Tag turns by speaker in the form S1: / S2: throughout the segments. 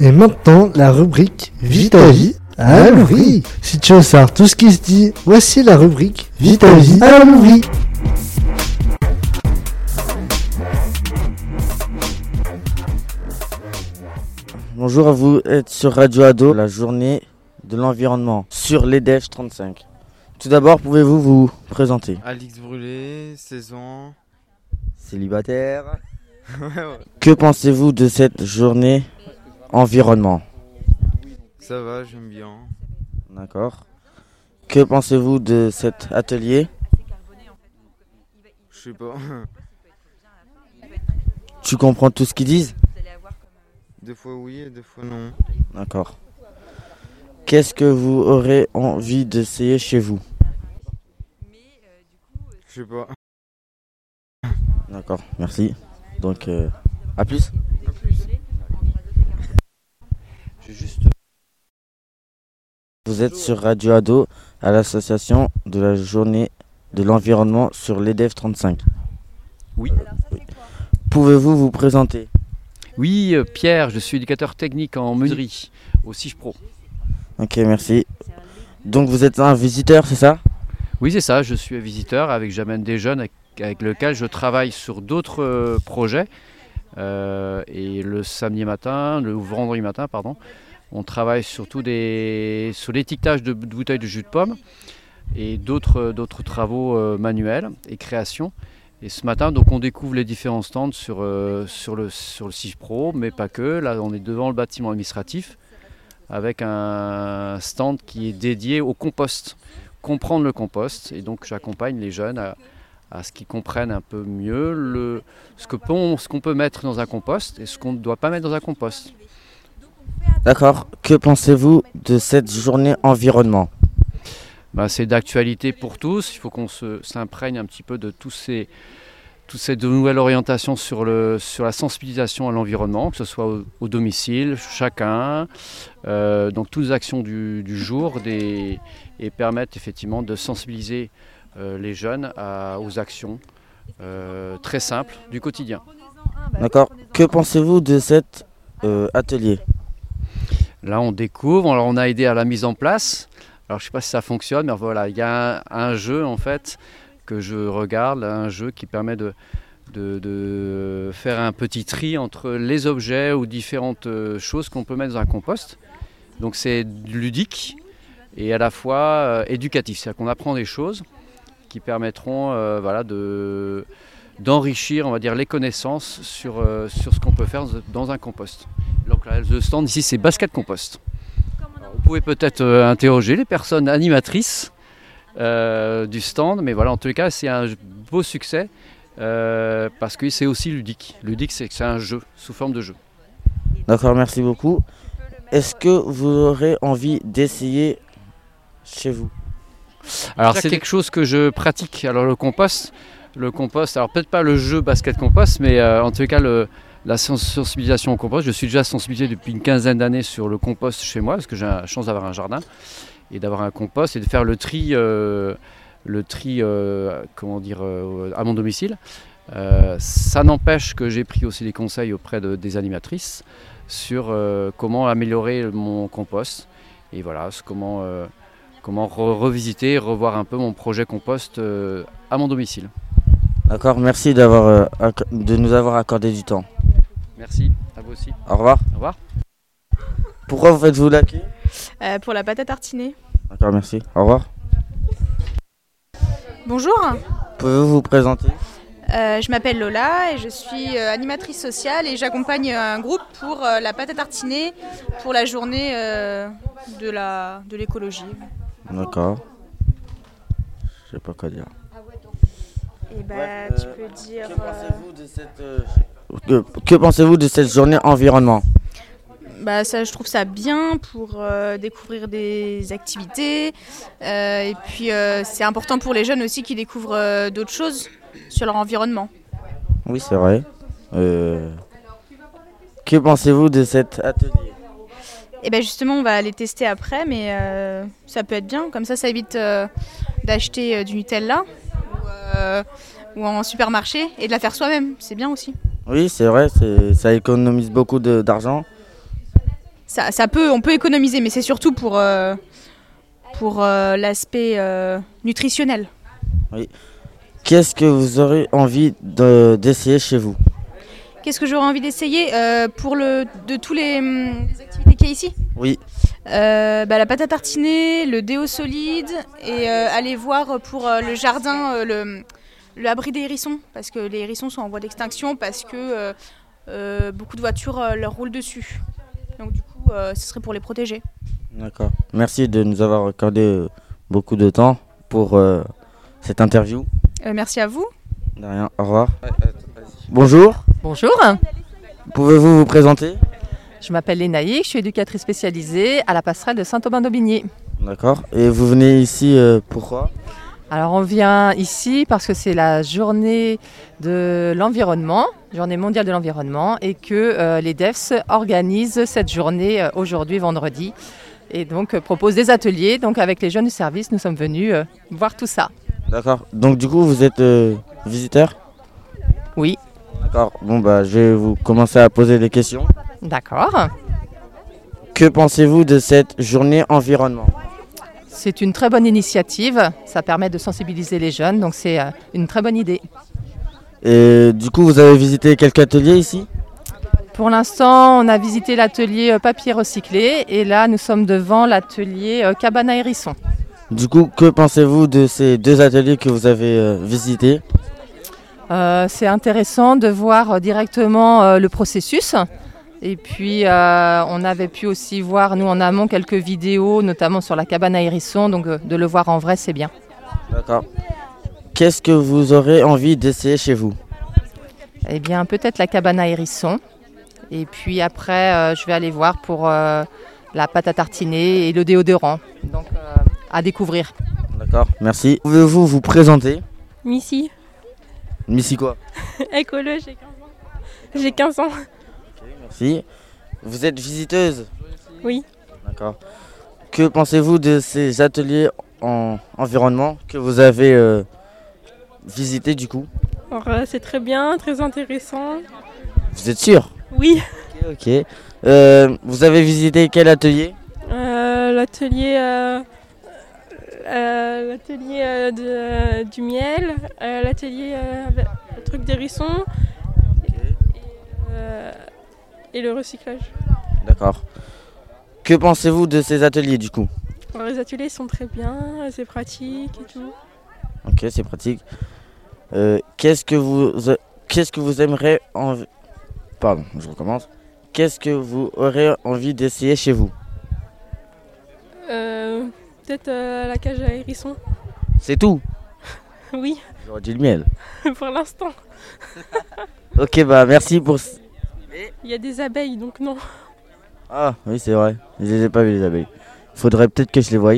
S1: Et maintenant, la rubrique Vita Vie à l'ouvri. Si tu veux savoir tout ce qui se dit, voici la rubrique Vita Vie à l'ouvri.
S2: Bonjour à vous, êtes sur Radio Ado, la journée de l'environnement, sur l'EDEF 35. Tout d'abord, pouvez-vous vous présenter
S3: Alix Brûlé, 16 ans.
S2: Célibataire Que pensez-vous de cette journée environnement
S3: Ça va, j'aime bien.
S2: D'accord. Que pensez-vous de cet atelier
S3: Je sais pas.
S2: Tu comprends tout ce qu'ils disent
S3: Deux fois oui et deux fois non.
S2: D'accord. Qu'est-ce que vous aurez envie d'essayer chez vous
S3: Je sais pas.
S2: D'accord, merci. Donc, euh, à plus. Vous êtes sur Radio Ado à l'association de la journée de l'environnement sur l'EDEF 35.
S4: Oui.
S2: Euh, Oui. Pouvez-vous vous présenter
S4: Oui, euh, Pierre, je suis éducateur technique en menuiserie au CIFPRO.
S2: Ok, merci. Donc vous êtes un visiteur, c'est ça
S4: Oui, c'est ça, je suis visiteur avec j'amène des jeunes avec, avec lesquels je travaille sur d'autres euh, projets. Euh, et le samedi matin, le vendredi matin, pardon, on travaille surtout des, sur l'étiquetage de, de bouteilles de jus de pomme et d'autres d'autres travaux euh, manuels et créations. Et ce matin, donc, on découvre les différents stands sur, euh, sur le, sur le CIFPRO, mais pas que. Là, on est devant le bâtiment administratif avec un stand qui est dédié au compost, comprendre le compost. Et donc, j'accompagne les jeunes à, à ce qu'ils comprennent un peu mieux le, ce que peut- ce qu'on peut mettre dans un compost et ce qu'on ne doit pas mettre dans un compost.
S2: D'accord. Que pensez-vous de cette journée environnement
S4: Bah, c'est d'actualité pour tous. Il faut qu'on se- s'imprègne un petit peu de tous ces, toutes ces de nouvelles orientations sur, le, sur la sensibilisation à l'environnement, que ce soit au, au domicile, chacun. Euh, donc, toutes les actions du, du jour des, et permettent effectivement de sensibiliser euh, les jeunes à- aux actions euh, très simples du quotidien.
S2: D'accord. Que pensez-vous de cet euh, atelier
S4: Là, on découvre, alors on a aidé à la mise en place. Alors, je ne sais pas si ça fonctionne, mais voilà, il y a un, un jeu en fait que je regarde, un jeu qui permet de, de- de faire un petit tri entre les objets ou différentes euh, choses qu'on peut mettre dans un compost. Donc, c'est ludique et à la fois euh, éducatif, c'est-à-dire qu'on apprend des choses qui permettront euh, voilà, de- d'enrichir, on va dire, les connaissances sur, euh, sur ce qu'on peut faire dans un compost. Donc là, le stand ici, c'est basket compost. Alors, vous pouvez peut-être euh, interroger les personnes animatrices euh, du stand, mais voilà, en tout cas, c'est un beau succès euh, parce que c'est aussi ludique. Ludique, c'est que c'est un jeu, sous forme de jeu.
S2: D'accord, merci beaucoup. Est-ce que vous aurez envie d'essayer chez vous
S4: Alors
S5: Chaque-
S4: c'est quelque chose que je pratique. Alors le compost, le compost, alors peut-être pas le jeu basket compost, mais euh, en tout cas le- la sens- sensibilisation au compost. Je suis déjà sensibilisé depuis une quinzaine d'années sur le compost chez moi, parce que j'ai la chance d'avoir un jardin et d'avoir un compost et de faire le tri, euh, le tri, euh, comment dire, euh, à mon domicile. Euh, ça n'empêche que j'ai pris aussi des conseils auprès de- des animatrices sur euh, comment améliorer mon compost et voilà, ce- comment euh, comment re- revisiter, revoir un peu mon projet compost euh, à mon domicile.
S2: D'accord, merci d'avoir euh, acc- de nous avoir accordé du temps.
S4: Merci, à vous aussi.
S2: Au revoir.
S4: Au revoir.
S2: Pourquoi vous faites-vous la queue
S6: Euh, pour la pâte à tartiner.
S2: D'accord, merci. Au revoir.
S6: Bonjour,
S2: Pouvez-vous vous présenter
S6: euh, je m'appelle Lola et je suis euh, animatrice sociale et j'accompagne un groupe pour euh, la pâte à tartiner pour la journée euh, de la- de l'écologie.
S2: D'accord. Je sais pas quoi dire.
S6: et bah,
S2: Ouais,
S6: tu
S2: euh,
S6: peux dire.
S2: Que
S6: euh,
S2: pensez-vous de cette que, pensez-vous de cette journée environnement
S6: Bah ça, je trouve ça bien pour euh, découvrir des activités. Euh, et puis, euh, c'est important pour les jeunes aussi qui découvrent euh, d'autres choses sur leur environnement.
S2: Oui, c'est vrai. Euh, que pensez-vous de cet atelier
S6: Et bien Eh ben, justement, on va les tester après, mais euh, ça peut être bien. Comme ça, ça évite euh, d'acheter euh, du Nutella ou, euh, ou en supermarché et de la faire soi-même. C'est bien aussi.
S2: Oui, c'est vrai. c'est- ça économise beaucoup de- d'argent
S6: ça, ça peut, on peut économiser, mais c'est surtout pour, euh, pour euh, l'aspect euh, nutritionnel.
S2: Qu'est-ce que vous aurez envie de- d'essayer chez vous
S6: Qu'est-ce que j'aurais envie d'essayer euh, pour le de tous les, hum, les activités qu'il y a ici
S2: Oui.
S6: Euh, bah, La pâte à tartiner, le déo solide et euh, aller voir pour euh, le jardin euh, le, le abri des hérissons parce que les hérissons sont en voie d'extinction parce que euh, euh, beaucoup de voitures euh, leur roulent dessus. Donc du coup, euh, ce serait pour les protéger.
S2: D'accord. Merci de nous avoir accordé euh, beaucoup de temps pour euh, cette interview.
S6: Euh, merci à vous.
S2: De rien, au revoir. Bonjour,
S5: Bonjour,
S2: pouvez-vous vous présenter
S5: je m'appelle Lénaïque, je suis éducatrice spécialisée à la passerelle de Saint-Aubin-d'Aubigny.
S2: D'accord. Et vous venez ici euh, pourquoi
S5: Alors on vient ici parce que c'est la journée de l'environnement, journée mondiale de l'environnement, et que euh, les DEFS organisent cette journée euh, aujourd'hui, vendredi, et donc euh, proposent des ateliers. Donc avec les jeunes du service, nous sommes venus euh, voir tout ça.
S2: D'accord. Donc du coup, vous êtes euh, visiteur
S5: Oui.
S2: D'accord. Bon bah, je vais vous commencer à poser des questions.
S5: D'accord.
S2: Que pensez-vous de cette journée environnement
S5: C'est une très bonne initiative, ça permet de sensibiliser les jeunes, donc c'est euh, une très bonne idée.
S2: Et du coup, vous avez visité quelques ateliers ici
S5: Pour l'instant, on a visité l'atelier euh, papier recyclé et là, nous sommes devant l'atelier euh, cabane à hérisson.
S2: Du coup, que pensez-vous de ces deux ateliers que vous avez euh, visités
S5: Euh, c'est intéressant de voir euh, directement euh, le processus. Et puis, euh, on avait pu aussi voir, nous, en amont, quelques vidéos, notamment sur la cabane à hérisson. Donc, euh, de le voir en vrai, c'est bien.
S2: D'accord. Qu'est-ce que vous aurez envie d'essayer chez vous
S5: Eh bien, peut-être la cabane à hérisson. Et puis après, euh, je vais aller voir pour euh, la pâte à tartiner et le déodorant. Donc, euh, à découvrir.
S2: D'accord. Merci. Pouvez-vous vous présenter
S7: Missy,
S2: Missy quoi
S7: écolo, j'ai 15 ans. J'ai 15 ans.
S2: Merci. Vous êtes visiteuse
S7: Oui.
S2: D'accord. Que pensez-vous de ces ateliers en environnement que vous avez euh, visités du coup
S7: Alors, euh, c'est très bien, très intéressant.
S2: Vous êtes sûr
S7: Oui,
S2: Ok. ok. Euh, vous avez visité quel atelier
S7: euh, l'atelier euh, euh, l'atelier euh, de- euh, du miel, euh, l'atelier euh, avec le truc d'hérisson euh, et le recyclage.
S2: D'accord. Que pensez-vous de ces ateliers du coup
S7: Alors, les ateliers sont très bien, c'est pratique et tout.
S2: Ok, c'est pratique. Euh, qu'est-ce que vous euh, qu'est-ce que vous aimeriez en pardon, je recommence. Qu'est-ce que vous aurez envie d'essayer chez vous
S7: Euh, Peut-être euh, la cage à hérisson.
S2: C'est tout.
S7: Oui,
S2: J'aurais dit le miel.
S7: pour l'instant.
S2: Ok, bah merci pour. ce-
S7: Il y a des abeilles, donc non.
S2: Ah oui, c'est vrai. Je les ai pas vus les abeilles. Faudrait peut-être que je les voie.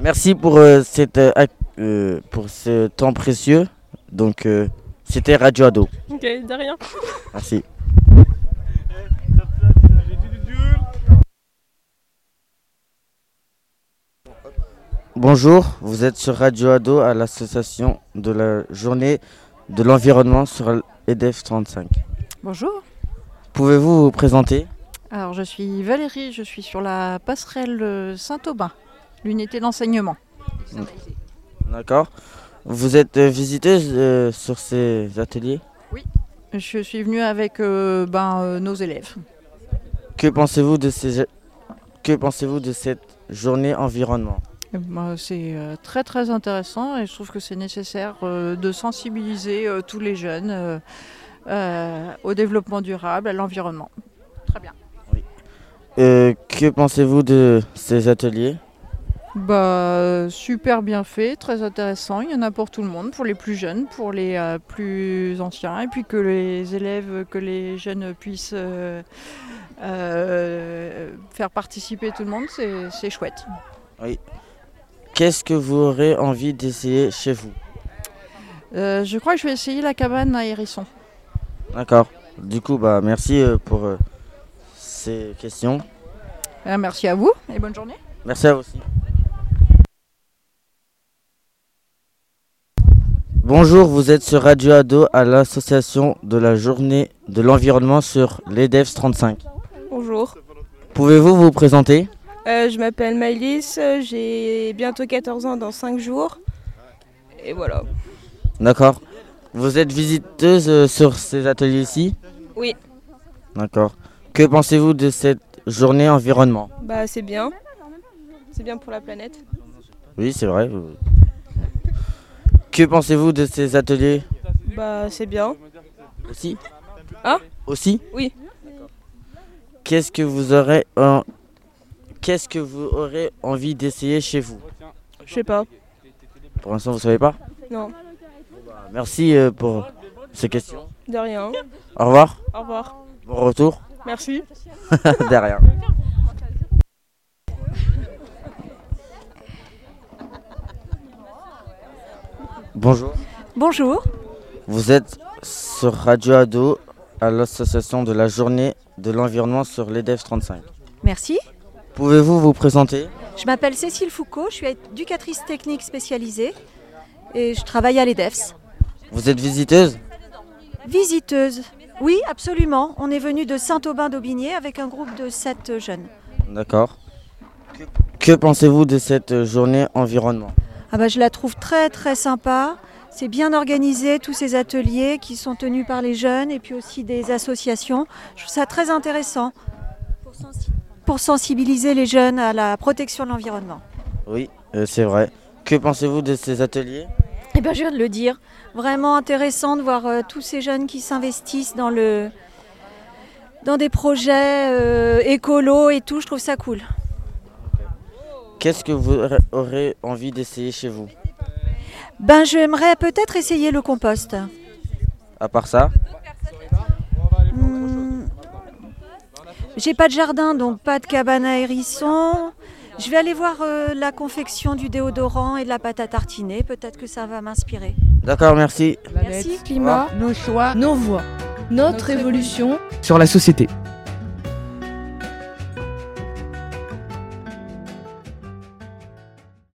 S2: merci pour euh, cette euh, ac- euh, pour ce temps précieux. Donc euh, c'était Radio Ado.
S7: Ok, de rien.
S2: Merci. Bonjour, vous êtes sur Radio Ado à l'association de la journée de l'environnement sur E EDF 35.
S8: Bonjour,
S2: Pouvez-vous vous présenter
S8: alors je suis Valérie, je suis sur la passerelle euh, Saint-Aubin, l'unité d'enseignement.
S2: D'accord. Vous êtes euh, visiteuse euh, sur ces ateliers.
S8: Je suis venue avec euh, ben, euh, nos élèves.
S2: Que pensez-vous de ces que pensez-vous de cette journée environnement
S8: Et ben, c'est euh, très très intéressant et je trouve que c'est nécessaire euh, de sensibiliser euh, tous les jeunes euh, euh, au développement durable, à l'environnement. Très bien.
S2: Euh, Que pensez-vous de ces ateliers
S8: Bah, euh, super bien fait, très intéressant. Il y en a pour tout le monde, pour les plus jeunes, pour les euh, plus anciens, et puis que les élèves, que les jeunes puissent euh, euh, faire participer tout le monde, c'est c'est chouette.
S2: Qu'est-ce que vous aurez envie d'essayer chez vous
S8: Euh, je crois que je vais essayer la cabane à hérisson.
S2: D'accord. Du coup, bah merci euh, pour euh, ces questions.
S8: Euh, merci à vous et bonne journée.
S2: Merci à vous aussi. Bonjour, vous êtes sur Radio Ado à l'association de la journée de l'environnement sur l'EDEFS 35.
S7: bonjour.
S2: E Pouvez-vous vous présenter
S7: Euh, je m'appelle Maëlys, euh, j'ai bientôt 14 ans dans 5 jours. Et voilà.
S2: D'accord. Vous êtes visiteuse euh, sur ces ateliers-ci
S7: Oui.
S2: D'accord. Que pensez-vous de cette journée environnement
S7: Bah c'est bien. C'est bien pour la planète.
S2: Oui, c'est vrai. euh. Que pensez-vous de ces ateliers
S7: Bah c'est bien.
S2: aussi
S7: Hein
S2: Aussi
S7: Oui.
S2: Qu'est-ce que vous aurez en... Qu'est-ce que vous aurez envie d'essayer chez vous
S7: Je sais pas.
S2: Pour l'instant, vous savez pas
S7: Non.
S2: Bah, Merci euh, pour ces questions.
S7: De rien.
S2: Au revoir.
S7: Au revoir.
S2: Bon retour.
S7: Merci.
S2: Derrière. Bonjour.
S9: Bonjour,
S2: Vous êtes sur Radio Ado à l'association de la journée de l'environnement sur l'EDEF 35.
S9: merci.
S2: Pouvez-vous vous présenter
S9: Je m'appelle Cécile Foucault, je suis éducatrice technique spécialisée et je travaille à E l'EDEFS.
S2: Vous êtes visiteuse
S9: Visiteuse, oui, absolument. On est venu de Saint-Aubin-d'Aubigné avec un groupe de sept jeunes.
S2: D'accord. Que pensez-vous de cette journée environnement
S9: Ah bah, je la trouve très très sympa. C'est bien organisé, tous ces ateliers qui sont tenus par les jeunes et puis aussi des associations. Je trouve ça très intéressant pour sensibiliser les jeunes à la protection de l'environnement.
S2: Oui, euh, c'est vrai. Que pensez-vous de ces ateliers
S9: Eh bien, je viens de le dire. Vraiment intéressant de voir euh, tous ces jeunes qui s'investissent dans le dans des projets euh, écolos et tout. Je trouve ça cool.
S2: Qu'est-ce que vous aurez envie d'essayer chez vous
S9: Ben, j'aimerais peut-être essayer le compost.
S2: À part ça
S9: Hmm. J'ai pas de jardin, donc pas de cabane à hérissons. Je vais aller voir euh, la confection du déodorant et de la pâte à tartiner. Peut-être que ça va m'inspirer.
S2: D'accord, merci.
S9: Merci.
S2: Climat,
S10: nos choix, nos voix, notre évolution
S11: sur la société.